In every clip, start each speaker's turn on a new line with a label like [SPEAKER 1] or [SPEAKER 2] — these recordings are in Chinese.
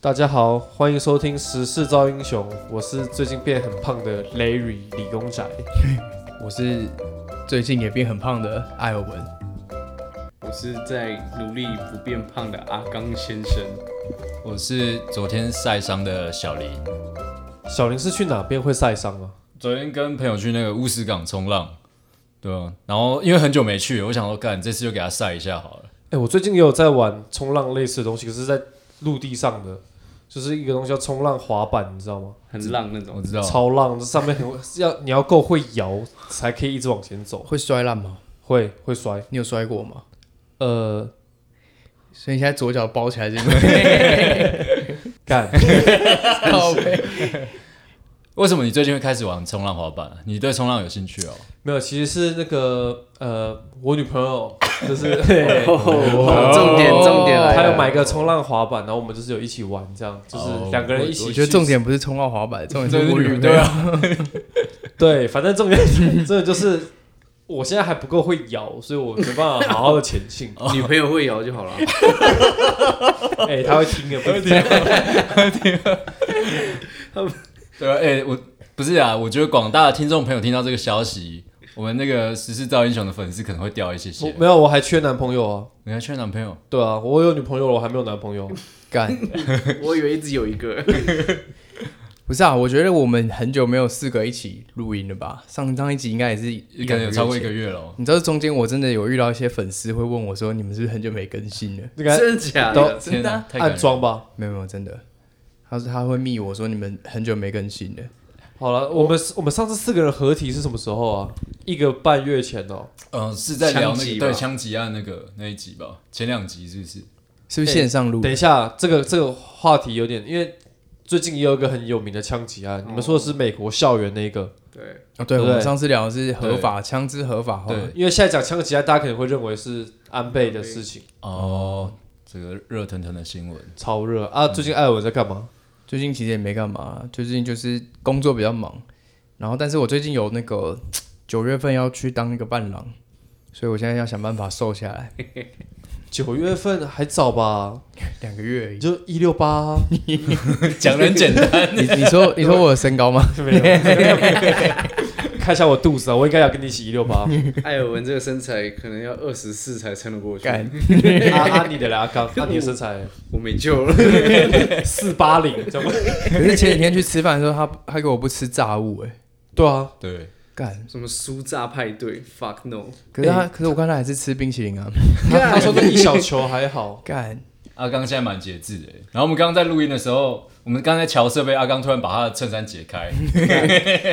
[SPEAKER 1] 大家好，欢迎收听《时事造英雄》，我是最近变很胖的 Larry 理工仔。
[SPEAKER 2] 我是最近也变很胖的艾尔文。
[SPEAKER 3] 我是在努力不变胖的阿刚先生。
[SPEAKER 4] 我是昨天晒伤的小林，
[SPEAKER 1] 小林是去哪边会晒伤啊？
[SPEAKER 4] 昨天跟朋友去那个乌石港冲浪，对啊，然后因为很久没去，我想说干这次就给他晒一下好了。
[SPEAKER 1] 哎、我最近也有在玩冲浪类似的东西，可是在陆地上的，就是一个东西叫冲浪滑板，你知道吗？
[SPEAKER 3] 很浪那
[SPEAKER 4] 我
[SPEAKER 3] 种，
[SPEAKER 4] 知道，
[SPEAKER 1] 超浪，这上面很要你要够会摇才可以一直往前走，
[SPEAKER 2] 会摔烂吗？
[SPEAKER 1] 会会摔。
[SPEAKER 2] 你有摔过吗？
[SPEAKER 1] 呃，
[SPEAKER 2] 所以你现在左脚包起来是因为
[SPEAKER 1] 干，
[SPEAKER 2] 靠背
[SPEAKER 4] 为什么你最近会开始玩冲浪滑板啊？你对冲浪有兴趣哦？
[SPEAKER 1] 没有，其实是那个呃，我女朋友就是 嘿
[SPEAKER 2] 哎
[SPEAKER 3] 哦重点重点来
[SPEAKER 1] 她
[SPEAKER 3] 了
[SPEAKER 1] 有买个冲浪滑板，然后我们就是有一起玩，这样就是
[SPEAKER 4] 哦
[SPEAKER 1] 两个人一起去。
[SPEAKER 2] 我觉得重点不是冲浪滑 板，重
[SPEAKER 4] 这
[SPEAKER 2] 点是我女
[SPEAKER 4] 对
[SPEAKER 2] 啊。
[SPEAKER 4] 啊，
[SPEAKER 1] 对，反正重点真的就是，我现在还不够会摇，所以我没办法好好的前 进。
[SPEAKER 3] 女朋友会摇就好了。
[SPEAKER 1] 哎、她会听的，不会听。
[SPEAKER 4] 对啊，哎、我不是啊，我觉得广大的听众朋友听到这个消息，我们那个时事造英雄的粉丝可能会掉一些
[SPEAKER 1] 我
[SPEAKER 4] 些。
[SPEAKER 1] 没有，我还缺男朋友啊。
[SPEAKER 4] 你还缺男朋友？
[SPEAKER 1] 对啊，我有女朋友了，我还没有男朋 友。
[SPEAKER 4] 啊
[SPEAKER 2] 干，
[SPEAKER 3] 我以为一直有一个，
[SPEAKER 2] 不是啊，我觉得我们很久没有四个一起录音了吧？上上一集应该也是一
[SPEAKER 4] 可能有超过一
[SPEAKER 2] 前
[SPEAKER 4] 个。月了。
[SPEAKER 2] 你知道中间我真的有遇到一些粉丝会问我说，你们是不是很久没更新了？
[SPEAKER 1] 应该
[SPEAKER 3] 真的假
[SPEAKER 1] 都
[SPEAKER 3] 的？
[SPEAKER 4] 天哪，太感
[SPEAKER 1] 暗
[SPEAKER 4] 人
[SPEAKER 1] 装吧。
[SPEAKER 2] 没有没有，真的，他说他会密我说你们很久没更新了。
[SPEAKER 1] 好了，我们我们上次四个人合体是什么时候啊？一个半月前哦、
[SPEAKER 4] 嗯，是在聊
[SPEAKER 3] 枪
[SPEAKER 4] 那
[SPEAKER 3] 击
[SPEAKER 4] 个
[SPEAKER 3] 吧
[SPEAKER 4] 对枪击案那个那一集吧，前两集是不是？
[SPEAKER 2] 是不是线上录？
[SPEAKER 1] 等一下，这个这个话题有点，因为最近也有一个很有名的枪击
[SPEAKER 4] 哦
[SPEAKER 1] 案，你们说的是美国校园那个？
[SPEAKER 3] 对，
[SPEAKER 2] 哦，对，
[SPEAKER 1] 对
[SPEAKER 2] 我
[SPEAKER 1] 不对
[SPEAKER 2] 们上次聊的是合法枪支合法化，
[SPEAKER 4] 对
[SPEAKER 1] 因为现在讲枪击案，大家可能会认为是安倍的事情，
[SPEAKER 4] 哦，这个热腾腾的新 闻，
[SPEAKER 1] 超热啊！最近艾文在干嘛？
[SPEAKER 2] 最近其实也没干嘛，最近就是工作比较忙，然后但是我最近有那个九月份要去当那个伴郎，所以我现在要想办法瘦下来，
[SPEAKER 1] 九月份还早吧？
[SPEAKER 2] 两个月而已
[SPEAKER 1] 你。就一六八，
[SPEAKER 4] 讲得很简单。
[SPEAKER 2] 你 你 说你说我有身高吗？
[SPEAKER 1] 没有没有没有看一下我肚子啊，我应该要跟你一起一六 八。
[SPEAKER 3] 艾尔文这个身材可能要二十四才撑得过去，
[SPEAKER 2] 干，
[SPEAKER 1] 阿阿啊你的啦，阿刚，阿你的身材
[SPEAKER 3] 我没救了。
[SPEAKER 1] 哎四八零，怎么？
[SPEAKER 2] 可是前几天去吃饭的时候，他他给我不吃炸物、哎，
[SPEAKER 1] 对啊，
[SPEAKER 4] 对，
[SPEAKER 2] 干。
[SPEAKER 3] 什么酥炸派对？Fuck no！
[SPEAKER 2] 可是他，可是我看他还是吃冰淇淋啊，
[SPEAKER 1] 他他说跟李小球还好，
[SPEAKER 2] 干，
[SPEAKER 4] 阿刚现在蛮节制的。欸然后我们刚刚在录音的时候，我们刚才调设备，阿刚突然把他的衬衫解 开，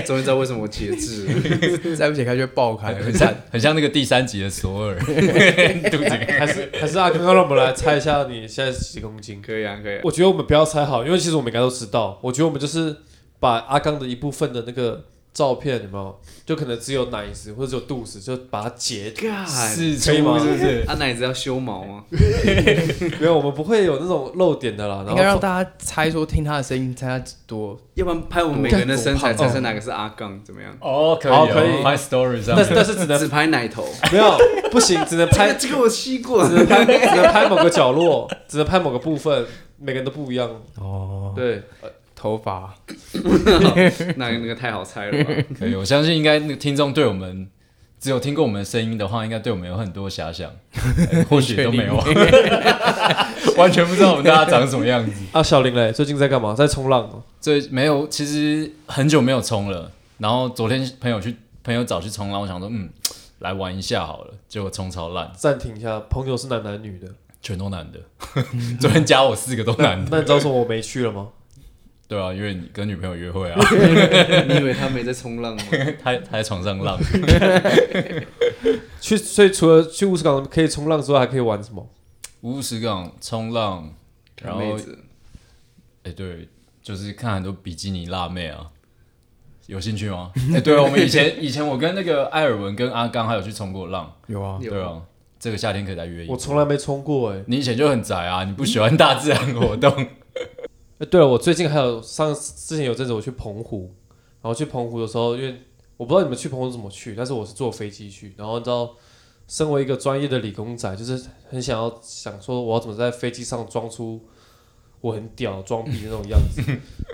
[SPEAKER 3] 终于知道为什么我节制了。
[SPEAKER 2] 再不解开就会爆 开，
[SPEAKER 4] 很
[SPEAKER 2] 很
[SPEAKER 4] 像
[SPEAKER 2] 惨。
[SPEAKER 4] 很像那个第三集的索 尔，肚子 给
[SPEAKER 1] 还是还是阿刚，让我们来猜一下你现在是几公斤？
[SPEAKER 3] 可以啊，可以啊。
[SPEAKER 1] 我觉得我们不要猜好，因为其实我们应该都知道。我觉得我们就是把阿刚的一部分的那个照片，有没有？就可能只有奶子或者只有肚子，就把它截。
[SPEAKER 3] 干，
[SPEAKER 4] 试
[SPEAKER 1] 可以吗
[SPEAKER 4] 出是不是？
[SPEAKER 3] 阿奶子要修毛吗？
[SPEAKER 1] 没有，我们不会有那种露点的啦。
[SPEAKER 2] 应
[SPEAKER 1] 然
[SPEAKER 2] 该
[SPEAKER 1] 后
[SPEAKER 2] 让大家猜说听他的声音，猜他多
[SPEAKER 3] 要不然拍我们每个人的身材，
[SPEAKER 2] 干多
[SPEAKER 3] 猜
[SPEAKER 2] 胖
[SPEAKER 3] 猜哪个是阿刚，怎么样？
[SPEAKER 4] 哦，可以
[SPEAKER 1] 好
[SPEAKER 4] 哦，
[SPEAKER 1] 可以
[SPEAKER 4] My Story 上
[SPEAKER 1] 但是
[SPEAKER 4] 面，
[SPEAKER 1] 但是只能
[SPEAKER 3] 只拍奶头。
[SPEAKER 1] 没有不行，只能
[SPEAKER 3] 这
[SPEAKER 1] 拍
[SPEAKER 3] 个哎这个我吸过
[SPEAKER 1] 只。能拍只能拍某个角落，只能拍某个部分，每个人都不一样。
[SPEAKER 2] 哦，
[SPEAKER 1] 对，
[SPEAKER 2] 头发。
[SPEAKER 3] 那那个太好猜 了吧？
[SPEAKER 4] 可以。我相信应该那个听众对我们。只有听过我们的声音的话，应该对我们有很多遐想，哎或许都没 有，完全不知道我们大家长什么样子。
[SPEAKER 1] 啊，小林嘞，最近在干嘛？在冲浪吗？
[SPEAKER 4] 最没有，其实很久没有冲了。然后昨天朋友去朋友找去冲浪，我想说，嗯，来玩一下好了。结果冲超烂，
[SPEAKER 1] 暂停一下，朋友是男男女的，
[SPEAKER 4] 全都男的。 昨天加我四个都男的。
[SPEAKER 1] 那你知道为什么我没去了吗？
[SPEAKER 4] 对啊，因为你跟女朋友约会啊，
[SPEAKER 3] 你以为他没在冲浪吗？
[SPEAKER 4] 她她在床上浪。
[SPEAKER 1] 去，所以除了去乌石港可以冲浪之外，还可以玩什么？
[SPEAKER 4] 五十港冲浪，
[SPEAKER 3] 看
[SPEAKER 4] 然后
[SPEAKER 3] 妹
[SPEAKER 4] 哎、
[SPEAKER 3] 子，
[SPEAKER 4] 对，就是看很多比基尼辣妹啊。有兴趣吗？ 哎、对啊，我们以前以前我跟那个艾尔文跟阿刚还有去冲过浪，
[SPEAKER 2] 有啊，
[SPEAKER 3] 有
[SPEAKER 4] 对啊，这个夏天可以再约一
[SPEAKER 1] 我
[SPEAKER 4] 次。
[SPEAKER 1] 从来没冲过哎、
[SPEAKER 4] 你以前就很宅啊，你不喜欢大自然活动，
[SPEAKER 1] 哎，对了，我最近还有上之前有阵子我去澎湖，然后去澎湖的时候，因为我不知道你们去澎湖怎么去，但是我是坐飞机去。然后你知道，身为一个专业的理工仔，就是很想要想说我要怎么在飞机上装出我很屌装逼的那种样子，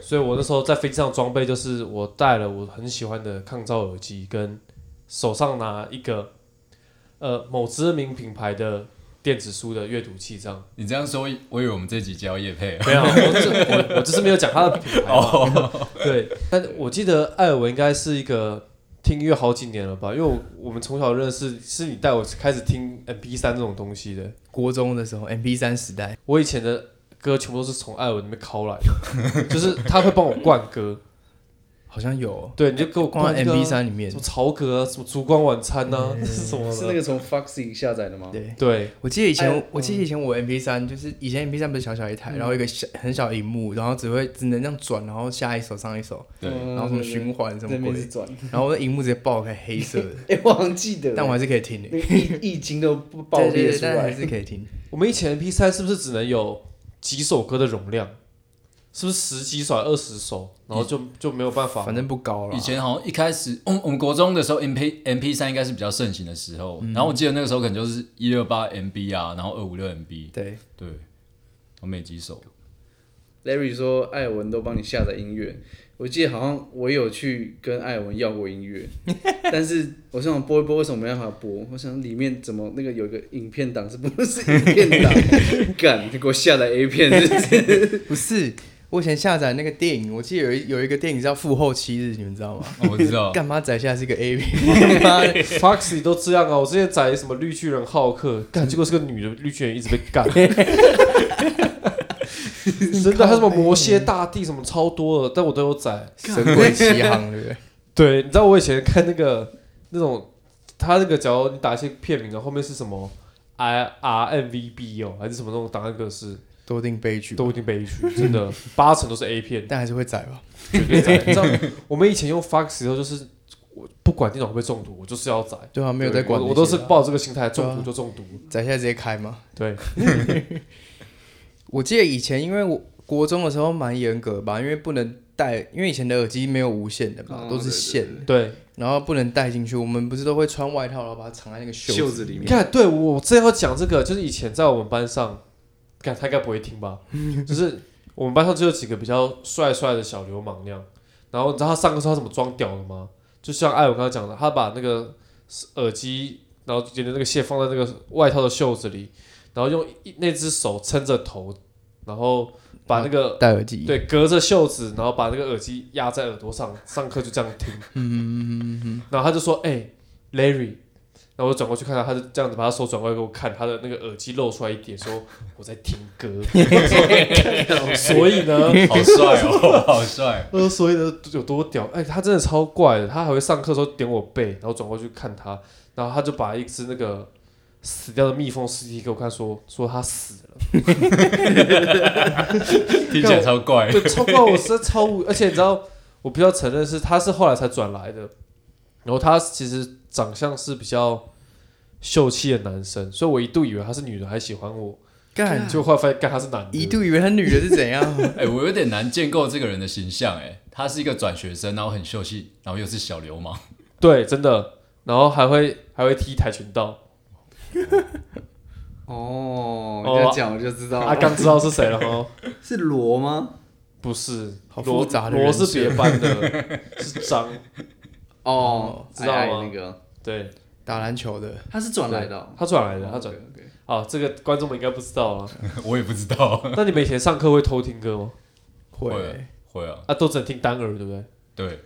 [SPEAKER 1] 所以我那时候在飞机上装备就是我带了我很喜欢的抗噪耳机，跟手上拿一个呃某知名品牌的电子书的阅读器，这样
[SPEAKER 4] 你这样说，我以为我们这集交业配。
[SPEAKER 1] 没有，我只我我只是没有讲它的品牌嘛，
[SPEAKER 4] 哦，
[SPEAKER 1] 对，但我记得艾尔文应该是一个听音乐好几年了吧，因为我我们从小认识，是你带我开始听 MP 三这种东西的。
[SPEAKER 2] 国中的时候，MP 三时代，
[SPEAKER 1] 我以前的歌全部都是从艾尔文那边拷来的，就是他会帮我灌歌，
[SPEAKER 2] 好像有
[SPEAKER 1] 对，你就给我
[SPEAKER 2] 光
[SPEAKER 1] 灌一个
[SPEAKER 2] MP 三里面
[SPEAKER 1] 什么，曹格啊，什么烛光晚餐呐、啊， 是什么的？
[SPEAKER 3] 是那个从 Foxy 下载的吗？
[SPEAKER 2] 对。
[SPEAKER 1] 对，
[SPEAKER 2] 我记得以前，我记得以前我 MP 三就是以前 MP 三不是小小一台，然后一个小很小的荧幕，然后只会只能这样转，然后下一首上一首，
[SPEAKER 4] 对
[SPEAKER 3] 嗯
[SPEAKER 2] 然后什么循环什
[SPEAKER 3] 哦那
[SPEAKER 2] 么
[SPEAKER 3] 边是
[SPEAKER 2] 鬼，
[SPEAKER 3] 转。
[SPEAKER 2] 然后我的荧幕直接爆开黑色的，
[SPEAKER 3] 哎、我好像记得，
[SPEAKER 2] 但我还是可以听的，
[SPEAKER 3] 那个易易经都不爆
[SPEAKER 2] 对对
[SPEAKER 3] 裂
[SPEAKER 2] 对
[SPEAKER 3] 出
[SPEAKER 2] 但还
[SPEAKER 3] 来。
[SPEAKER 2] 是可以听。
[SPEAKER 1] 我们以前 MP 三是不是只能有几首歌的容量？是不是十几首、二十首，然后就就没有办法？
[SPEAKER 2] 反正不高了。
[SPEAKER 4] 以前好像一开始，我们我们国中的时候，M P M P 三应该是比较盛行的时候。然后我记得那个时候可能就是一六八 M B 啊，然后二五六 M B，
[SPEAKER 2] 对，
[SPEAKER 4] 对，我没几首。
[SPEAKER 3] Larry 说艾文都帮你下载音乐，我记得好像我有去跟艾文要过音 乐，但是我想播一播，为什么没办法播？我想里面怎么那个有一个影片档是不是影片 档？干，你给我下载 A 片是不是？
[SPEAKER 2] 不是我以前下载那个电影，我记得有一有一个电影叫《复后七日》，你们知道吗？
[SPEAKER 4] 哦我知 道，
[SPEAKER 2] 干嘛载下是一个 A V？妈的，
[SPEAKER 1] Foxy 都这样啊！我之前载什么绿巨人浩克，干，结果是个女的绿巨人，一直被干。真的，还有什么魔蝎大帝什么超多的，但我都有载。
[SPEAKER 2] 神鬼奇航，对不对？
[SPEAKER 1] 对，你知道我以前看那个那种，他那个假如你打一些片名，然啊后后面是什么 I R M V B 哦，还是什么那种档案格式，
[SPEAKER 2] 多定悲剧吧，
[SPEAKER 1] 都一定悲剧，真的八成都是 A 片，
[SPEAKER 2] 但还是会载吧。
[SPEAKER 1] 绝对载。你知道我们以前用 Fox 时候，就是我不管电脑会不会中毒，我就是要载。
[SPEAKER 2] 对啊，没有在管
[SPEAKER 1] 我
[SPEAKER 2] 这些
[SPEAKER 1] 我都是
[SPEAKER 2] 啊
[SPEAKER 1] 抱这个心态，
[SPEAKER 2] 对啊
[SPEAKER 1] 中毒就中毒。
[SPEAKER 2] 载下直接开嘛。
[SPEAKER 1] 对，
[SPEAKER 2] 我记得以前因为我国中的时候蛮严格吧，因为不能带，因为以前的耳机没有无线的嘛
[SPEAKER 3] 哦，
[SPEAKER 2] 都是线的，
[SPEAKER 1] 对，
[SPEAKER 2] 然后不能带进去。我们不是都会穿外套，然后把它藏在那个
[SPEAKER 3] 袖
[SPEAKER 2] 子
[SPEAKER 3] 子里
[SPEAKER 1] 你
[SPEAKER 3] 面，
[SPEAKER 1] 看，对我正要讲这个，就是以前在我们班上，看他应该不会听 吧？就是我们班上就有几个比较帅帅的小流氓那样。然后你知道他上课时候他怎么装屌的吗？就像艾文刚刚讲的，他把那个耳机，然后沿着那个线放在那个外套的袖子里，然后用一那只手撑着头，然后把那个
[SPEAKER 2] 戴耳机。
[SPEAKER 1] 对，隔着袖子，然后把那个耳机压在耳朵上，上课就这样听。然后他就说：“哎、l a r r y 然后我转过去看他，他就这样子把他手转过来给我看，他的那个耳机露出来一点，说我在听歌。所以 呢，
[SPEAKER 4] 好帅哦，好帅。
[SPEAKER 1] 呃，所以呢有多屌？哎、他真的超怪的，他还会上课的时候点我背，然后转过去看他，然后他就把一只那个死掉的蜜蜂尸体给我看说说他死了。
[SPEAKER 4] 听起来超怪。
[SPEAKER 1] 对，超怪我是超无，而且你知道，我比较承认是他是后来才转来的，然后他其实长相是比较秀气的男生，所以我一度以为他是女的还喜欢我，
[SPEAKER 2] 干，
[SPEAKER 1] 就后来发现干他是男的，
[SPEAKER 2] 一度以为他女的是怎样？
[SPEAKER 4] 哎、我有点难建构这个人的形象。哎，他是一个转学生，然后很秀气，然后又是小流氓。
[SPEAKER 1] 对，真的，然后还会还会踢跆拳道，
[SPEAKER 3] 哦，
[SPEAKER 1] 哦
[SPEAKER 3] 你这讲我就知道了，
[SPEAKER 2] 啊
[SPEAKER 1] 阿刚知道是谁了哈，
[SPEAKER 3] 是罗吗？
[SPEAKER 1] 不是，
[SPEAKER 2] 好
[SPEAKER 1] 罗
[SPEAKER 2] 复杂的
[SPEAKER 1] 罗
[SPEAKER 2] 人
[SPEAKER 1] 是
[SPEAKER 2] 设
[SPEAKER 1] 别班的， 是张，
[SPEAKER 3] 哦，
[SPEAKER 1] 知道吗
[SPEAKER 3] 爱爱那个
[SPEAKER 1] 对，
[SPEAKER 2] 打篮球的，
[SPEAKER 3] 他是转来的哦，
[SPEAKER 1] 他转来的，他转，
[SPEAKER 3] OK，OK
[SPEAKER 1] 啊，这个观众们应该不知道了，
[SPEAKER 4] 我也不知道。
[SPEAKER 1] 那你们以前上课会偷听歌吗？
[SPEAKER 2] 会。
[SPEAKER 4] 会啊，
[SPEAKER 1] 啊，都只能听单耳，对不对？
[SPEAKER 4] 对，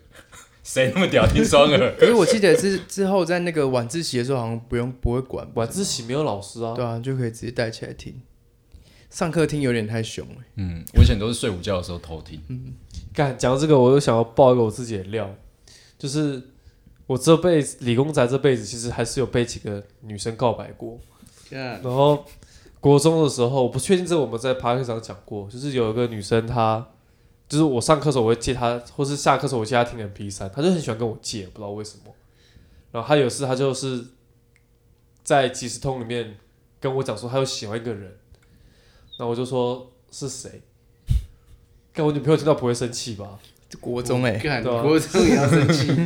[SPEAKER 4] 谁那么屌听双 耳？
[SPEAKER 2] 可是我记得之之后在那个晚自习的时候，好像不用不会管，
[SPEAKER 1] 晚自习没有老师啊，
[SPEAKER 2] 对啊，就可以直接带起来听。上课听有点太凶了，
[SPEAKER 4] 嗯，我以前都是睡午觉的时候偷听。
[SPEAKER 1] 干讲到这个，我又想要爆一个我自己的料，就是我这辈子理工宅这辈子其实还是有被几个女生告白过。
[SPEAKER 3] 干
[SPEAKER 1] 然后国中的时候，我不确定这个我们在 p a r k 上讲过，就是有一个女生她，就是我上课的时候我会借她，或是下课的时候我借她听 MP 三，她就很喜欢跟我借，不知道为什么。然后她有一次她就是在即时通里面跟我讲说她有喜欢一个人，那我就说是谁？看我女朋友听到不会生气吧？
[SPEAKER 2] 这国中哎、
[SPEAKER 3] 干，
[SPEAKER 1] 对啊
[SPEAKER 3] 国中也要生 气，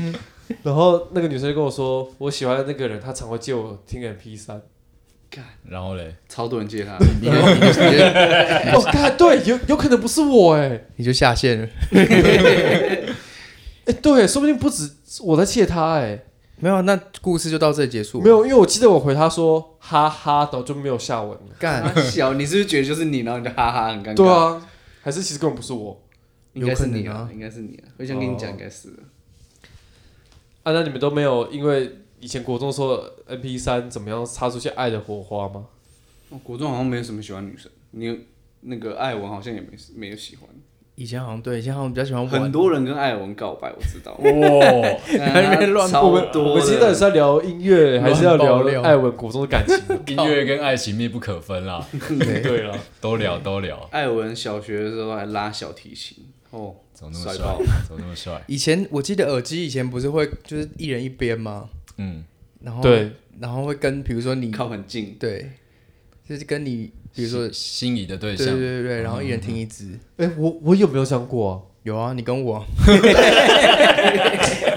[SPEAKER 1] 然后那个女生就跟我说，我喜欢的那个人，他常会借我听 MP 三。
[SPEAKER 4] 然后嘞，，
[SPEAKER 3] 超多人借他，
[SPEAKER 2] 你就 你就
[SPEAKER 1] 哦，看，对，有有可能不是我哎、
[SPEAKER 2] 你就下线了。
[SPEAKER 1] 哎、对，说不定不止我在借他哎、
[SPEAKER 2] 没有，啊那故事就到这里结束。
[SPEAKER 1] 没有，因为我记得我回他说哈哈，然后就没有下文了。
[SPEAKER 2] 干，
[SPEAKER 3] 啊小，你是不是觉得就是你，然后你就哈哈很尴尬？
[SPEAKER 1] 对，啊，还是其实根本不是我
[SPEAKER 3] 应该是你
[SPEAKER 2] 有可能啊哦
[SPEAKER 3] 啊，应该是你啊，我想跟你讲，应该是
[SPEAKER 1] 啊？那你们都没有因为以前国中说 N P 三怎么样擦出些爱的火花吗？
[SPEAKER 3] 我哦国中好像没有什么喜欢女生，你有那个艾文好像也没没有喜欢，
[SPEAKER 2] 以前好像对，以前好像比较喜欢玩
[SPEAKER 3] 很多人跟艾文告白，我知 道
[SPEAKER 4] 哇，
[SPEAKER 2] 在那边乱
[SPEAKER 3] 超
[SPEAKER 1] 我们我
[SPEAKER 3] 多
[SPEAKER 1] 们
[SPEAKER 3] 的
[SPEAKER 1] 今天到底是要聊音乐，还是要
[SPEAKER 2] 乱爆料
[SPEAKER 1] 聊艾文国中的感情？
[SPEAKER 4] 音乐跟爱情密不可分啦，
[SPEAKER 2] 对，
[SPEAKER 1] 对了，啊
[SPEAKER 4] 都
[SPEAKER 2] 嗯
[SPEAKER 4] 聊都聊，
[SPEAKER 3] 艾文小学的时候还拉小提琴，哦，
[SPEAKER 4] 怎么那么
[SPEAKER 3] 帅
[SPEAKER 4] 帅
[SPEAKER 3] 爆？
[SPEAKER 4] 怎么那么帅？
[SPEAKER 2] 以前我记得耳机以前不是会就是一人一边吗？
[SPEAKER 4] 嗯，
[SPEAKER 2] 然后
[SPEAKER 1] 对，
[SPEAKER 2] 然后会跟比如说你
[SPEAKER 3] 靠很近，
[SPEAKER 2] 对，就是跟你比如说
[SPEAKER 4] 心仪的对
[SPEAKER 2] 对对
[SPEAKER 4] 象，
[SPEAKER 2] 对
[SPEAKER 3] 嗯
[SPEAKER 2] 对，然后一人听一支。
[SPEAKER 1] 哎、我我有没有讲过啊？
[SPEAKER 2] 有啊，你跟 我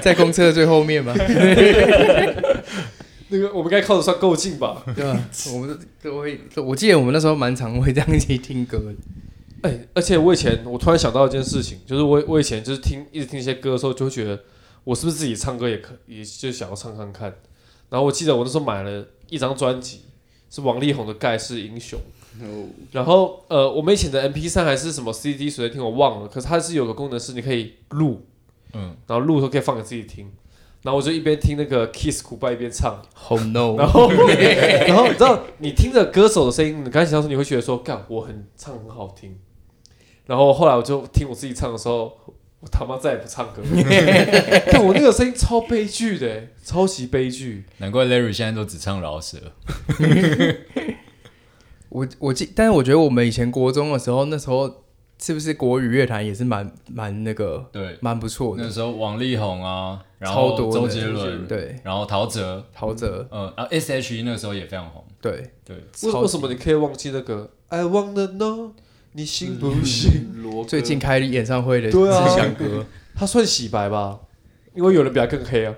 [SPEAKER 2] 在公车的最后面嘛，
[SPEAKER 1] 那个我们应该靠得算够近吧？
[SPEAKER 2] 对 吧？我们都都会，我记得我们那时候蛮常会这样一起听歌的。
[SPEAKER 1] 哎、而且我以前我突然想到一件事情，就是我我以前就是听一直听一些歌的时候，就会觉得我是不是自己唱歌也可，也就想要唱看看。然后我记得我那时候买了一张专辑，是王力宏的《盖世英雄》。
[SPEAKER 3] 哦，
[SPEAKER 1] 然后呃，我们以前的 MP 3还是什么 CD 随身听，我忘了。可是它是有个功能是你可以录，
[SPEAKER 4] 嗯，
[SPEAKER 1] 然后录的时候可以放给自己听。然后我就一边听那个 Kiss 古拜一边唱，
[SPEAKER 2] Oh no！
[SPEAKER 1] 然后然后你知道你听着歌手的声音，你刚才想说你会觉得说干我很唱很好听，然后后来我就听我自己唱的时候，我他妈再也不唱歌了，但我那个声音超悲剧的，欸超级悲剧。
[SPEAKER 4] 难怪 Larry 现在都只唱饶舌，
[SPEAKER 2] 我我记，但是我觉得我们以前国中的时候，那时候是不是国语乐坛也是蛮蛮那个
[SPEAKER 4] 对，
[SPEAKER 2] 蛮不错
[SPEAKER 4] 那
[SPEAKER 2] 的？
[SPEAKER 4] 时候王力宏啊，然
[SPEAKER 2] 超
[SPEAKER 4] 后
[SPEAKER 2] 多的
[SPEAKER 4] 周杰伦，
[SPEAKER 2] 对，
[SPEAKER 4] 然后陶喆，
[SPEAKER 2] 陶喆
[SPEAKER 4] 嗯，啊，S.H.E 那时候也非常红，
[SPEAKER 2] 对，
[SPEAKER 4] 对，
[SPEAKER 1] 为
[SPEAKER 2] 超
[SPEAKER 1] 为什么你可以忘记那个 I wanna know 你信不信？
[SPEAKER 3] 罗哥
[SPEAKER 2] 最近开演唱会的
[SPEAKER 1] 对啊
[SPEAKER 2] 志祥哥，
[SPEAKER 1] 他算洗白吧，因为有人比他更黑啊。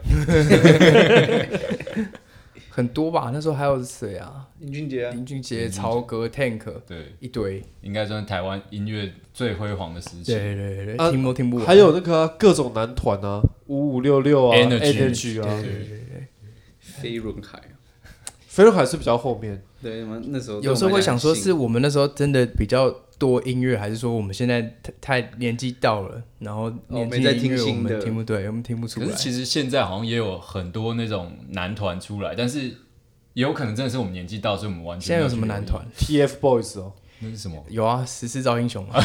[SPEAKER 2] 很多吧？那时候还有谁啊？
[SPEAKER 3] 林俊杰啊，
[SPEAKER 2] 林俊杰、曹格、Tank
[SPEAKER 4] 对，
[SPEAKER 2] 一堆，
[SPEAKER 4] 应该算是台湾音乐最辉煌的时期。
[SPEAKER 2] 对对对，
[SPEAKER 1] 啊
[SPEAKER 2] 听都听不完。
[SPEAKER 1] 还有那个啊、各种男团啊，五五六六啊
[SPEAKER 4] Energy
[SPEAKER 1] ，Energy 啊，
[SPEAKER 3] 飞轮海啊，
[SPEAKER 1] 飞轮海是比较后面。
[SPEAKER 3] 对，什么那时候
[SPEAKER 2] 有时候会想说，是我们那时候真的比较多音乐，还是说我们现在太太年纪到了，然后年纪
[SPEAKER 3] 没在
[SPEAKER 2] 音乐
[SPEAKER 3] 听
[SPEAKER 2] 我
[SPEAKER 3] 新
[SPEAKER 2] 们
[SPEAKER 3] 的
[SPEAKER 2] 听不对，我们听不出
[SPEAKER 4] 可
[SPEAKER 2] 来
[SPEAKER 4] 是。其实现在好像也有很多那种男团出来，但是也有可能真的是我们年纪到，所以我们完全
[SPEAKER 2] 现在有
[SPEAKER 4] 没
[SPEAKER 2] 什
[SPEAKER 4] 去
[SPEAKER 2] 么
[SPEAKER 4] 留意
[SPEAKER 2] 男？团？
[SPEAKER 1] TFBOYS 哦
[SPEAKER 4] 那是什么？
[SPEAKER 2] 有啊，十四造英雄啊。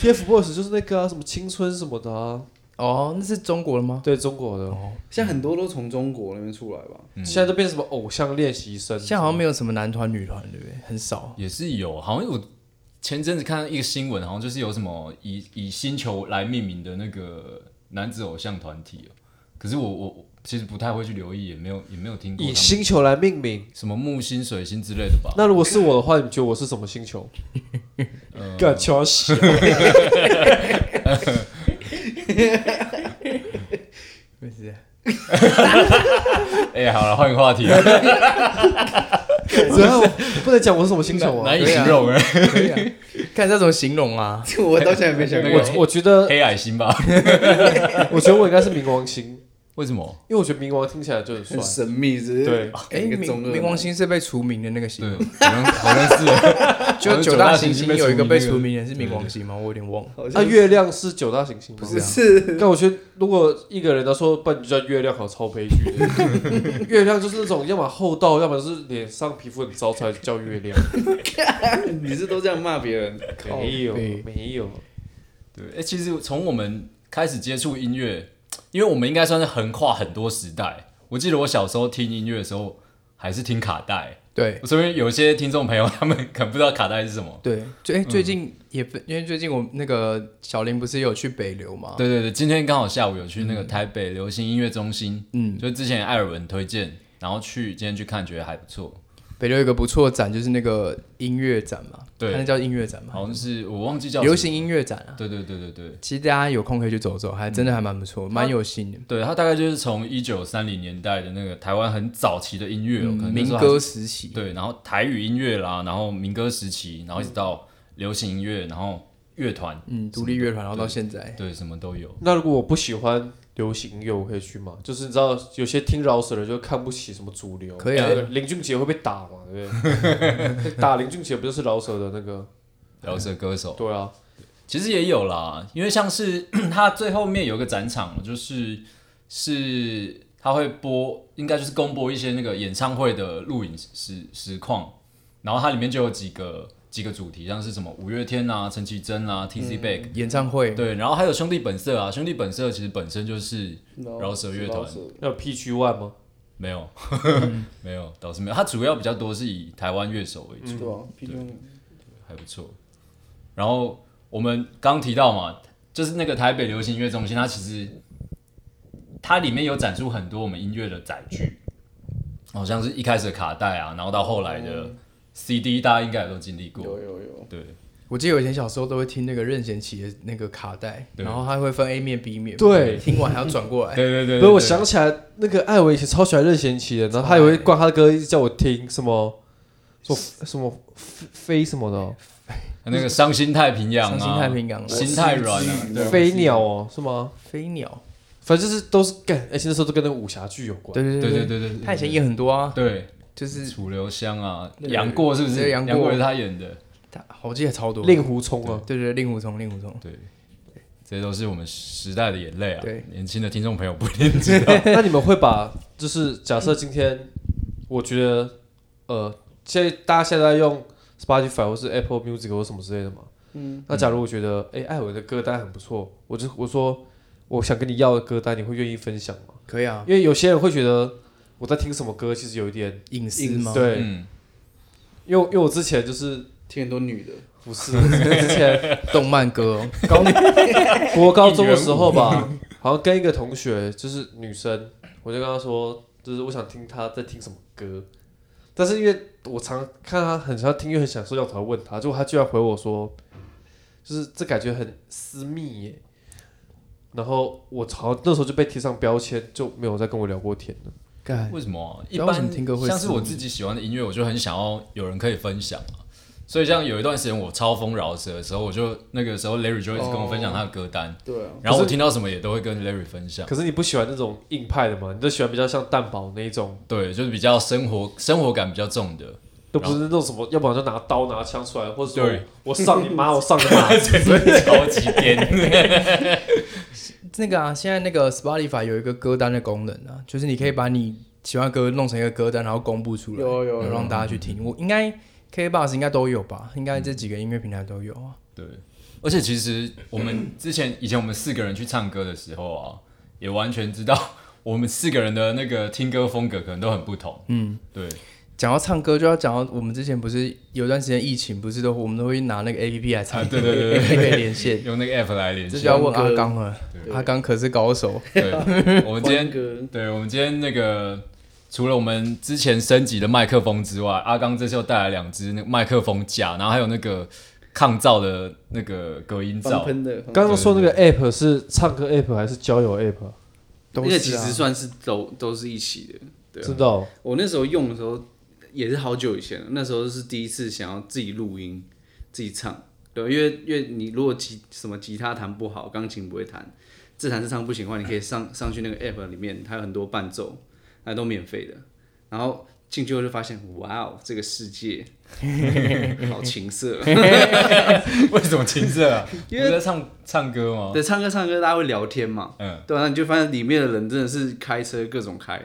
[SPEAKER 1] ，TFBOYS 就是那个、啊、什么青春什么的啊，
[SPEAKER 2] 哦，那是中国的吗？
[SPEAKER 1] 对中国的，
[SPEAKER 3] 现在很多都从中国那边出来吧，
[SPEAKER 1] 现在都变成什么偶像练习生，
[SPEAKER 2] 现在好像没有什么男团、女团，对不对？很少。
[SPEAKER 4] 也是有，好像我前阵子看到一个新闻，好像就是有什么以以星球来命名的那个男子偶像团体哦。可是我我我其实不太会去留意，也没有也没有听过
[SPEAKER 1] 以
[SPEAKER 4] 他们
[SPEAKER 1] 星球来命名。
[SPEAKER 4] 什么木星、水星之类的吧。
[SPEAKER 1] 那如果是我的话，你觉得我是什么星球？干乔西啊，
[SPEAKER 2] 没事，
[SPEAKER 4] 哎、好了，换个话题，
[SPEAKER 1] 怎样？不能讲我是什么星 球啊
[SPEAKER 4] 难？以形容哎，
[SPEAKER 2] 可以啊。看这种形容啊，
[SPEAKER 3] 我到现在也没想 过。
[SPEAKER 1] 我我觉得，
[SPEAKER 4] 黑矮星吧？
[SPEAKER 1] 我觉得我应该是冥王星，
[SPEAKER 4] 为什么？
[SPEAKER 1] 因为我觉得冥王听起来就很帅
[SPEAKER 3] 很。神秘，是不是
[SPEAKER 1] 对，
[SPEAKER 2] 哎，
[SPEAKER 3] 一个中
[SPEAKER 2] 冥
[SPEAKER 3] 二
[SPEAKER 2] 冥王星是被除名的那个
[SPEAKER 4] 对
[SPEAKER 2] 星，，
[SPEAKER 4] 好像好像是
[SPEAKER 2] 啊就
[SPEAKER 4] 好像
[SPEAKER 2] 九
[SPEAKER 4] 九
[SPEAKER 2] 大
[SPEAKER 4] 大
[SPEAKER 2] 行
[SPEAKER 4] 行
[SPEAKER 2] 星
[SPEAKER 4] 星
[SPEAKER 2] 有一个被
[SPEAKER 4] 被除
[SPEAKER 2] 除名
[SPEAKER 4] 名
[SPEAKER 2] 的是冥王星吗？我有点忘了。
[SPEAKER 3] 好
[SPEAKER 1] 那
[SPEAKER 3] 像
[SPEAKER 1] 哎月亮是九大行星吗？
[SPEAKER 3] 不是
[SPEAKER 1] 但我觉得，如果一个人他说不然你就叫月亮，好超悲剧的。月亮就是那种要么厚道，要么是脸上皮肤很糟才叫月亮。
[SPEAKER 4] 哎
[SPEAKER 3] 你是都这样骂别 人，
[SPEAKER 1] 没有，
[SPEAKER 2] 背
[SPEAKER 1] 没有。
[SPEAKER 4] 对。哎、其实从我们开始接触音乐，因为我们应该算是横跨很多时代。我记得我小时候听音乐的时候，还是听卡带。
[SPEAKER 2] 对
[SPEAKER 4] 所以有些听众朋友他们可能不知道卡带是什么。
[SPEAKER 2] 对，最
[SPEAKER 4] 嗯
[SPEAKER 2] 哎最近也分因为最近我那个小林不是有去北流嘛？
[SPEAKER 4] 对对对，今天刚好下午有去那个台北流行音乐中心，
[SPEAKER 2] 嗯，
[SPEAKER 4] 就之前艾尔文推荐，然后去今天去看，觉得还不错。
[SPEAKER 2] 北流有一个不错的展，就是那个音乐展嘛，
[SPEAKER 4] 对
[SPEAKER 2] 它那叫音乐展嘛，
[SPEAKER 4] 好像是我忘记叫什么
[SPEAKER 2] 嗯流行音乐展啊。
[SPEAKER 4] 对对对对对，
[SPEAKER 2] 其实大家有空可以去走走，还真的还蛮不错，蛮有心的。
[SPEAKER 4] 对，它大概就是从一九三零年代的那个台湾很早期的音乐哦，
[SPEAKER 2] 嗯
[SPEAKER 4] 可能那
[SPEAKER 2] 民
[SPEAKER 4] 时候还
[SPEAKER 2] 歌时期，
[SPEAKER 4] 对，然后台语音乐啦，然后民歌时期，然后一直到流行音乐，然后乐团，
[SPEAKER 2] 嗯，独立乐团，然后到现在，
[SPEAKER 4] 对，什么都有。
[SPEAKER 1] 那如果我不喜欢流行音乐，我可以去吗？就是你知道，有些听饶舌的就看不起什么主流。
[SPEAKER 2] 可以啊
[SPEAKER 1] 对林俊杰会被打嘛？对不对？ 打林俊杰不就是饶舌的那个？
[SPEAKER 2] 嗯
[SPEAKER 4] 饶舌歌手
[SPEAKER 1] 对啊，
[SPEAKER 4] 其实也有啦，因为像是 它最后面有个展场，就是是它会播，应该就是公播一些那个演唱会的录影实实况，然后它里面就有几个几个主题，像是什么五月天啊、陈绮贞啊、T C Back，、
[SPEAKER 2] 演唱会，
[SPEAKER 4] 对，然后还有兄弟本色啊，兄弟本色其实本身就是饶舌乐团
[SPEAKER 3] 饶舌
[SPEAKER 1] 要 P G One 吗？
[SPEAKER 4] 没有， 没有，倒是没有。它主要比较多是以台湾乐手为主，
[SPEAKER 3] 对啊，毕竟
[SPEAKER 4] 还不错。然后我们刚提到嘛，就是那个台北流行音乐中心，它其实它里面有展出很多我们音乐的载具，好像是一开始的卡带啊，然后到后来
[SPEAKER 2] 哦
[SPEAKER 4] 的 CD，大家应该也都经历过
[SPEAKER 3] 有。有有，
[SPEAKER 4] 对，
[SPEAKER 2] 我记得我以前小时候都会听那个任贤齐的那个卡带，
[SPEAKER 4] 对
[SPEAKER 2] 然后它会分 A 面 B 面，
[SPEAKER 1] 对
[SPEAKER 2] 听完还要转过
[SPEAKER 4] 对
[SPEAKER 2] 来，
[SPEAKER 4] 对对对
[SPEAKER 1] 不是，我想起来那个艾维以前超喜欢任贤齐的，然后他也会灌他的歌，一直叫我听什么，说什么飞飞什么的哦，
[SPEAKER 4] 那个伤心太平洋啊，
[SPEAKER 2] 伤心太平洋啊
[SPEAKER 4] 心太软啊，
[SPEAKER 3] 对
[SPEAKER 1] 飞鸟哦，是吗？
[SPEAKER 2] 飞鸟，
[SPEAKER 1] 反正就是都是干，而且那时候都跟那个武侠剧有关。
[SPEAKER 2] 对对
[SPEAKER 4] 对对对对对，
[SPEAKER 2] 他以前演很多啊，
[SPEAKER 4] 对
[SPEAKER 2] 就是
[SPEAKER 4] 楚留香啊，
[SPEAKER 2] 那个
[SPEAKER 4] 杨过是不是？
[SPEAKER 2] 对杨
[SPEAKER 4] 杨
[SPEAKER 2] 过
[SPEAKER 4] 过是他演的。
[SPEAKER 2] 他，我记得超多，
[SPEAKER 1] 令狐冲啊，
[SPEAKER 2] 对对，令狐冲，令狐冲，
[SPEAKER 4] 对，这都是我们时代的眼泪啊！
[SPEAKER 2] 对
[SPEAKER 4] 年轻的听众朋友不一定知道。
[SPEAKER 1] 那你们会把就是假设今天，我觉得呃，现在大家现在用 Spotify 或是 Apple Music 或什么之类的嘛，嗯，那假如我觉得哎、艾文的歌单很不错，我就我说我想跟你要的歌单，你会愿意分享吗？
[SPEAKER 2] 可以啊，
[SPEAKER 1] 因为有些人会觉得我在听什么歌，其实有一点
[SPEAKER 2] 隐私
[SPEAKER 3] 隐私
[SPEAKER 2] 吗？
[SPEAKER 1] 对，
[SPEAKER 4] 嗯，
[SPEAKER 1] 因为因为我之前就是
[SPEAKER 3] 听很多女的，
[SPEAKER 1] 不是我之前
[SPEAKER 2] 动漫歌哦，
[SPEAKER 1] 国高中的时候吧， 好像跟一个同学就是女生，我就跟她说，就是我想听她在听什么歌，但是因为我常看她很常听，又很享受，让我才问她，结果她居然回我说，就是这感觉很私密耶。然后我好像那时候就被贴上标签，就没有再跟我聊过天了。
[SPEAKER 2] 干，
[SPEAKER 4] 为什么啊？一
[SPEAKER 2] 哎知道为什
[SPEAKER 4] 般
[SPEAKER 2] 么听歌会
[SPEAKER 4] 像是
[SPEAKER 2] 死
[SPEAKER 4] 我
[SPEAKER 2] 吗
[SPEAKER 4] 自己喜欢的音乐，我就很想要有人可以分享啊。所以像有一段时间我超疯饶舌的时候，我就那个时候 Larry 就一直跟我分享他的歌单，
[SPEAKER 3] 对
[SPEAKER 2] 哦
[SPEAKER 3] 啊，
[SPEAKER 4] 然后我听到什么也都会跟 Larry 分享。
[SPEAKER 1] 可是你不喜欢那种硬派的嘛？你就喜欢比较像蛋堡那一种，
[SPEAKER 4] 对，就是比较生活生活感比较重的。
[SPEAKER 1] 都不是那种什么，要不然就拿刀拿枪出来，或者说
[SPEAKER 4] 对
[SPEAKER 1] 我上你妈，我上你妈。
[SPEAKER 4] 所以超级颠。
[SPEAKER 2] 那个啊，现在那个 Spotify 有一个歌单的功能啊，就是你可以把你喜欢的歌弄成一个歌单，然后公布出来，
[SPEAKER 3] 有有有
[SPEAKER 2] 让大家去听。我应该 KBox 应该都有吧？应该这几个音乐平台都有啊。
[SPEAKER 4] 对，而且其实我们之前以前我们四个人去唱歌的时候啊，也完全知道我们四个人的那个听歌风格可能都很不同。嗯，对，
[SPEAKER 2] 讲到唱歌，就要讲到我们之前不是有段时间疫情，不是都我们都会拿那 个 APP 来唱
[SPEAKER 4] 啊对
[SPEAKER 2] 歌，
[SPEAKER 4] 对对对
[SPEAKER 2] APP 连线，
[SPEAKER 4] 用那个 app 来连
[SPEAKER 2] 嗯这
[SPEAKER 4] 线。
[SPEAKER 2] 就要问阿刚了。阿刚可是高手，
[SPEAKER 4] 对，我
[SPEAKER 3] 欢
[SPEAKER 4] 们今天
[SPEAKER 3] 歌
[SPEAKER 4] 对，我们今天那个除了我们之前升级的麦克风之外，阿刚这次又带来两只那个麦克风架，然后还有那个抗噪的那个隔音
[SPEAKER 3] 翻
[SPEAKER 4] 罩。
[SPEAKER 3] 喷的，
[SPEAKER 1] 刚刚说那个 app 是唱歌 app 还是交友 app？、啊、
[SPEAKER 2] 都
[SPEAKER 3] 那个其
[SPEAKER 2] 是啊
[SPEAKER 3] 实算是都都是一起的，对啊
[SPEAKER 1] 知道
[SPEAKER 3] 我那时候用的时候也是好久以前了，那时候是第一次想要自己录音、自己唱，对，因为因为你如果吉什么吉他弹不好，钢琴不会弹，自弹自唱不行的话，你可以上上去那个 app 里面，它有很多伴奏，那都免费的。然后进去后就发现，哇哦，这个世界好情色啊！
[SPEAKER 4] 为什么青 涩啊？因为在唱唱歌吗？
[SPEAKER 3] 哦对，唱歌唱歌大家会聊天嘛，
[SPEAKER 4] 嗯，
[SPEAKER 3] 对啊，那你就发现里面的人真的是开车各种开，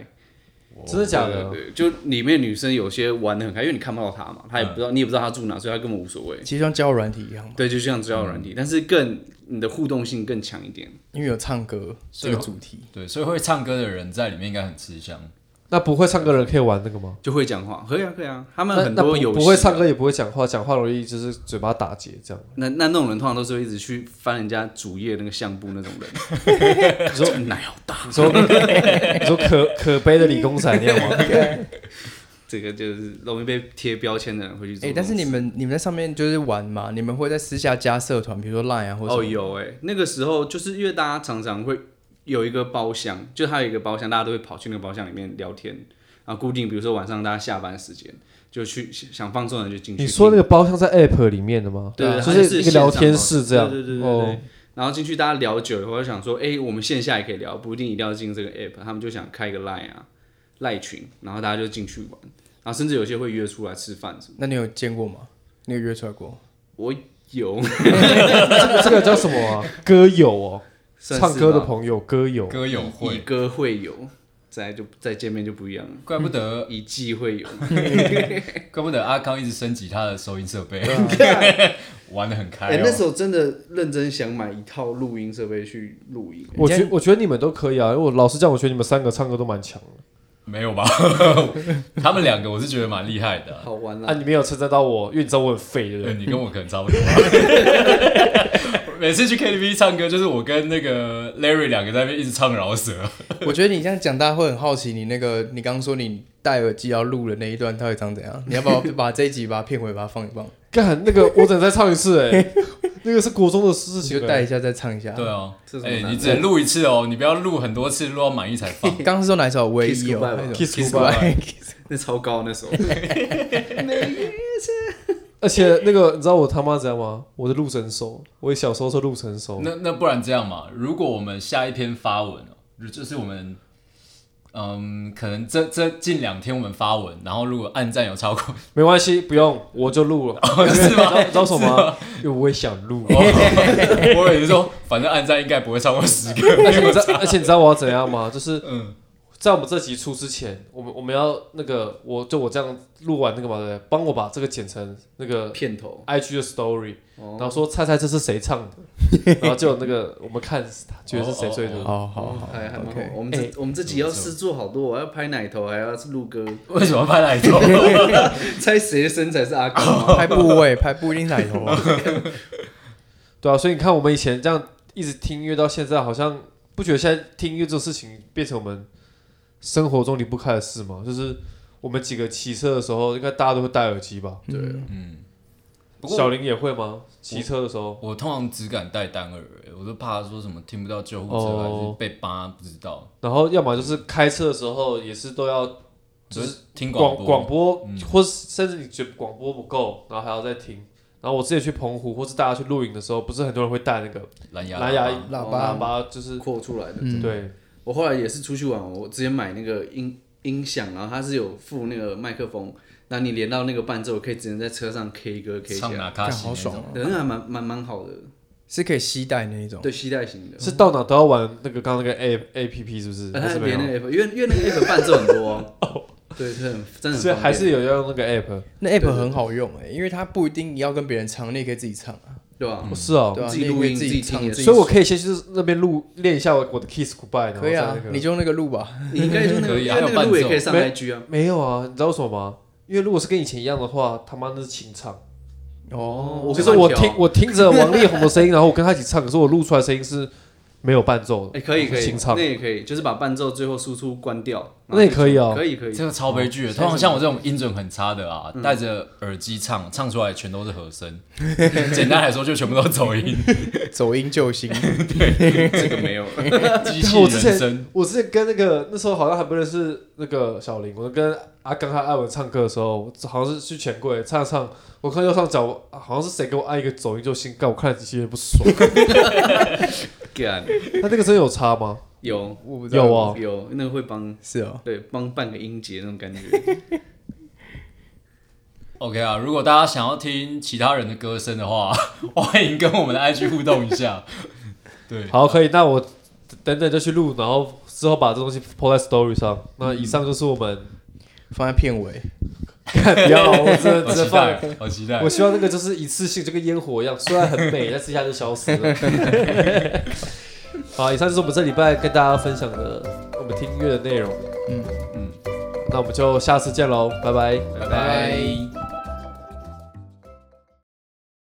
[SPEAKER 1] 真的假的？
[SPEAKER 3] 对，啊就里面女生有些玩的很开，因为你看不到她嘛，她也
[SPEAKER 1] 嗯
[SPEAKER 3] 不知道，你也不知道她住哪，所以她根本无所谓。
[SPEAKER 2] 其实像交友软体一样嘛，
[SPEAKER 3] 对，就像交友
[SPEAKER 1] 嗯
[SPEAKER 3] 软体，但是更你的互动性更强一点。
[SPEAKER 2] 因为有唱歌这个主题，
[SPEAKER 4] 对，所以会唱歌的人在里面应该很吃香。
[SPEAKER 1] 那不会唱歌的人可以玩那个吗？
[SPEAKER 3] 就会讲话，可以啊，可以啊。他
[SPEAKER 1] 那
[SPEAKER 3] 们很
[SPEAKER 1] 那
[SPEAKER 3] 多
[SPEAKER 1] 不
[SPEAKER 3] 游戏啊
[SPEAKER 1] 不会唱歌，也不会讲话，讲话容易就是嘴巴打结这 样。
[SPEAKER 3] 那那那种人通常都是会一直去翻人家主页那个相簿那种人。 你说奶好大，哦
[SPEAKER 1] 你说你说可可悲的理工仔那样吗？
[SPEAKER 3] 这个就是容易被贴标签的人会去做
[SPEAKER 2] 哎、
[SPEAKER 3] 这种
[SPEAKER 4] 啊
[SPEAKER 3] 事。
[SPEAKER 2] 但是你们你们在上面就是玩嘛，你们会在私下加社团，比如说 Line 啊，或者
[SPEAKER 3] 哦，有哎、那个时候就是因为大家常常会有一个包厢，就还有一个包厢，大家都会跑去那个包厢里面聊天。然后固定，比如说晚上大家下班时间就去想放松的人就进去听。
[SPEAKER 1] 你说那个包厢在 App 里面的吗？
[SPEAKER 3] 对对
[SPEAKER 1] 就
[SPEAKER 3] 它就是是
[SPEAKER 1] 一个聊
[SPEAKER 3] 线
[SPEAKER 1] 天
[SPEAKER 3] 上
[SPEAKER 1] 室这样。
[SPEAKER 3] 对对对对对
[SPEAKER 1] 哦，
[SPEAKER 3] 然后进去大家聊久了以后，就想说，哎、我们线下也可以聊，不一定一定要进这个 app。他们就想开一个 line 啊，line 群，然后大家就进去玩，然后甚至有些会约出来吃饭什么。
[SPEAKER 2] 那你有见过吗？你有约出来过？
[SPEAKER 3] 我有，
[SPEAKER 1] 这个这个叫什么啊？歌友哦，
[SPEAKER 3] 算是吧
[SPEAKER 1] 唱歌的朋友，歌友。
[SPEAKER 4] 歌友
[SPEAKER 3] 以
[SPEAKER 4] 会，
[SPEAKER 3] 歌会友，再就再见面就不一样了。
[SPEAKER 4] 怪不得
[SPEAKER 3] 以季会友，
[SPEAKER 4] 怪不得阿康一直升级他的收音设备， 玩的很开
[SPEAKER 3] 啊哎、那时
[SPEAKER 4] 哦。
[SPEAKER 3] 候真的认真想买一套录音设备去录音。
[SPEAKER 1] 我觉我觉得你们都可以啊，因为我老实讲，我觉得你们三个唱歌都蛮强的。
[SPEAKER 4] 没有吧？ 他们两个我是觉得蛮厉害的啊、
[SPEAKER 3] 好玩啦、
[SPEAKER 1] 啊，你没有称赞到我，因为你知道我很废，对不
[SPEAKER 4] 对，
[SPEAKER 1] 对？
[SPEAKER 4] 你跟我可能差不多。每次去 KTV 唱歌，就是我跟那个 Larry 两个在那边一直唱饶舌。
[SPEAKER 2] 我觉得你这样讲，大家会很好奇你那个，你刚刚说你戴耳机要录的那一段，它会长怎样？你要不要把这一集把它片尾把它放一 放，
[SPEAKER 1] 干那个，我只能再唱一次哎、那个是国中的事
[SPEAKER 2] 你
[SPEAKER 1] 情、
[SPEAKER 2] 就
[SPEAKER 1] 欸。
[SPEAKER 2] 带一下再唱一下。
[SPEAKER 4] 对啊
[SPEAKER 3] 这，怎么
[SPEAKER 4] 哎、
[SPEAKER 3] 难
[SPEAKER 4] 你只能录一次哦，你不要录很多次，录到满意才 放。
[SPEAKER 2] 啊刚刚是说哪一首？唯一
[SPEAKER 3] Kiss
[SPEAKER 2] 有
[SPEAKER 3] goodbye 吧
[SPEAKER 1] Kiss
[SPEAKER 2] Kiss
[SPEAKER 1] goodbye
[SPEAKER 2] Goodbye
[SPEAKER 3] 那超高那时候，
[SPEAKER 1] 而且那个，你知道我他妈怎样吗？我是陆神手，我小时候是陆神手。
[SPEAKER 4] 那那不然这样嘛，如果我们下一篇发文哦，就就是我们。嗯，可能这这近两天我们发文，然后如果按赞有超过，
[SPEAKER 1] 没关系，不用，我就录了。
[SPEAKER 4] 哦
[SPEAKER 1] 因为你
[SPEAKER 4] 是吗哦
[SPEAKER 1] 知道知道什么吗？因为我也想录。
[SPEAKER 4] 我我也是说，反正按赞应该不会超过十个。
[SPEAKER 1] 而且你知道，而且你知道我要怎样吗？就是
[SPEAKER 4] 嗯，
[SPEAKER 1] 在我们这集出之前，我们我们要那个，我就我这样录完那个嘛，对不对？帮我把这个剪成那个
[SPEAKER 3] 片头
[SPEAKER 1] IG 的 story，
[SPEAKER 3] 哦
[SPEAKER 1] 然后说猜猜这是谁唱的，然后就有那个我们看觉得是谁最多。
[SPEAKER 2] 哦好好好
[SPEAKER 3] 嗯哎还还蛮好。
[SPEAKER 2] ，OK。
[SPEAKER 3] 我们这、我们这集要试做好多，我要拍奶头，还要录歌，
[SPEAKER 4] 为什么拍奶头？
[SPEAKER 3] 猜谁的身材是阿公吗？
[SPEAKER 2] 拍部位，拍不一定奶 头啊。
[SPEAKER 1] 对啊，所以你看我们以前这样一直听音乐到现在，好像不觉得现在听音乐这种事情变成我们生活中离不开的事吗？就是我们几个骑车的时候，应该大家都会戴耳机吧？
[SPEAKER 3] 对，
[SPEAKER 4] 嗯，不过
[SPEAKER 1] 小林也会吗？骑车的时候，
[SPEAKER 4] 我通常只敢带单耳，我都怕说什么听不到救护车、
[SPEAKER 1] 哦
[SPEAKER 4] 还是被扒，不知道。
[SPEAKER 1] 然后要么就是开车的时候也是都要
[SPEAKER 4] 只是听
[SPEAKER 1] 广
[SPEAKER 4] 播，
[SPEAKER 1] 广播，
[SPEAKER 4] 嗯
[SPEAKER 1] 或是甚至你觉得广播不够，然后还要再听。然后我之前去澎湖，或是大家去露营的时候，不是很多人会带那个
[SPEAKER 4] 蓝牙
[SPEAKER 1] 蓝牙
[SPEAKER 4] 喇叭
[SPEAKER 2] 喇
[SPEAKER 1] 叭，
[SPEAKER 2] 叭
[SPEAKER 1] 喇叭就是
[SPEAKER 3] 扩出来的。
[SPEAKER 2] 嗯
[SPEAKER 1] 对，
[SPEAKER 3] 我后来也是出去玩，我直接买那个音音响，然后它是有附那个麦克风，那你连到那个伴奏，可以直接在车上 K 歌 K 起
[SPEAKER 4] 唱
[SPEAKER 3] 来，
[SPEAKER 4] 哪卡
[SPEAKER 2] 看
[SPEAKER 4] 西
[SPEAKER 2] 好
[SPEAKER 4] 那
[SPEAKER 2] 爽
[SPEAKER 4] 种。
[SPEAKER 2] 哦，
[SPEAKER 3] 对，那还蛮蛮蛮好的，
[SPEAKER 2] 是可以吸带那一种。
[SPEAKER 3] 对，携带型的。
[SPEAKER 1] 是到哪都要玩那个刚刚那个 A A P P 是不是？
[SPEAKER 3] 呃
[SPEAKER 1] 还
[SPEAKER 3] 它
[SPEAKER 1] 是没
[SPEAKER 3] 连那
[SPEAKER 1] 有？
[SPEAKER 3] 个 app，因为因为那个 app 伴奏很多 哦，对，是很真的很方
[SPEAKER 1] 所以
[SPEAKER 3] 便。
[SPEAKER 1] 还是有要用那个
[SPEAKER 3] 嗯
[SPEAKER 1] App。
[SPEAKER 2] 那 app 很好用诶，因为它不一定要跟别人唱，你也可以自己唱啊。
[SPEAKER 3] 对吧
[SPEAKER 1] 哦？是哦，
[SPEAKER 2] 对啊，
[SPEAKER 3] 自
[SPEAKER 2] 你
[SPEAKER 3] 己
[SPEAKER 2] 也
[SPEAKER 3] 录
[SPEAKER 2] 可以
[SPEAKER 3] 音
[SPEAKER 2] 自
[SPEAKER 3] 自己
[SPEAKER 2] 己
[SPEAKER 3] 听
[SPEAKER 2] 唱
[SPEAKER 3] 也，
[SPEAKER 2] 自己
[SPEAKER 1] 所以我可以先去那边录练一下我的 Kiss Goodbye，然后
[SPEAKER 2] 可以啊
[SPEAKER 1] 再那，个
[SPEAKER 2] 你就用那个录吧。
[SPEAKER 3] 你应该 用那个，
[SPEAKER 4] 可以
[SPEAKER 3] 因
[SPEAKER 4] 啊
[SPEAKER 3] 为那
[SPEAKER 4] 还有伴
[SPEAKER 3] 个
[SPEAKER 4] 奏
[SPEAKER 3] 路也可以上
[SPEAKER 1] 没
[SPEAKER 3] IG 啊。
[SPEAKER 1] 没有啊？你知道为什么吗？因为如果是跟以前一样的话，他妈那是清唱。
[SPEAKER 2] 哦，
[SPEAKER 3] 我
[SPEAKER 1] 就
[SPEAKER 3] 跟
[SPEAKER 1] 是
[SPEAKER 3] 你
[SPEAKER 1] 我听我听着王力宏的声音，然后我跟他一起唱，可是我录出来的声音是没有伴奏的。
[SPEAKER 3] 哎，可以可以
[SPEAKER 1] 清，唱
[SPEAKER 3] 那也可以，就是把伴奏最后输出关掉，
[SPEAKER 1] 那也可以哦
[SPEAKER 3] 可以可以。
[SPEAKER 4] 这个超悲剧的，通常像我这种音准很差的
[SPEAKER 1] 嗯
[SPEAKER 4] 啊，戴着耳机唱，唱出来全都是和声。 简单来说，就全部都 走音，
[SPEAKER 2] 走音救星，
[SPEAKER 3] 这个没有，
[SPEAKER 4] 机
[SPEAKER 1] 但
[SPEAKER 4] 器
[SPEAKER 1] 我之
[SPEAKER 4] 人
[SPEAKER 1] 前
[SPEAKER 4] 声。
[SPEAKER 1] 我之前跟那个那时候好像还不认识那个小林，我跟阿刚和艾文唱歌的时候，好像是去钱柜唱唱，我看右上角好像是谁给我按一个走音就心干，我看了几期也不爽。
[SPEAKER 3] 干
[SPEAKER 1] 那那个真的有差吗？
[SPEAKER 3] 有
[SPEAKER 2] 我不知道
[SPEAKER 1] 有哦，
[SPEAKER 3] 有，那个会帮
[SPEAKER 2] 是哦，
[SPEAKER 3] 对帮半个音节那种感觉。
[SPEAKER 4] OK 啊，如果大家想要听其他人的歌声的话， 欢迎跟我们的 IG 互动一下。对，
[SPEAKER 1] 好，可以，那我等等就去录，然后之后把这东西 po 在 story 上。那以上就是我们，
[SPEAKER 2] 放在片尾。
[SPEAKER 1] 看不要，我真的
[SPEAKER 4] 好
[SPEAKER 1] 只能
[SPEAKER 4] 期
[SPEAKER 1] 放
[SPEAKER 4] 待，好期待
[SPEAKER 1] 我。希望那个就是一次性，就跟烟火一样，虽然很美，但是一下就消失了。好，以上就是我们这礼拜跟大家分享的我们听音乐的内容。嗯嗯，那我们就下次见喽，拜拜。
[SPEAKER 4] 拜拜。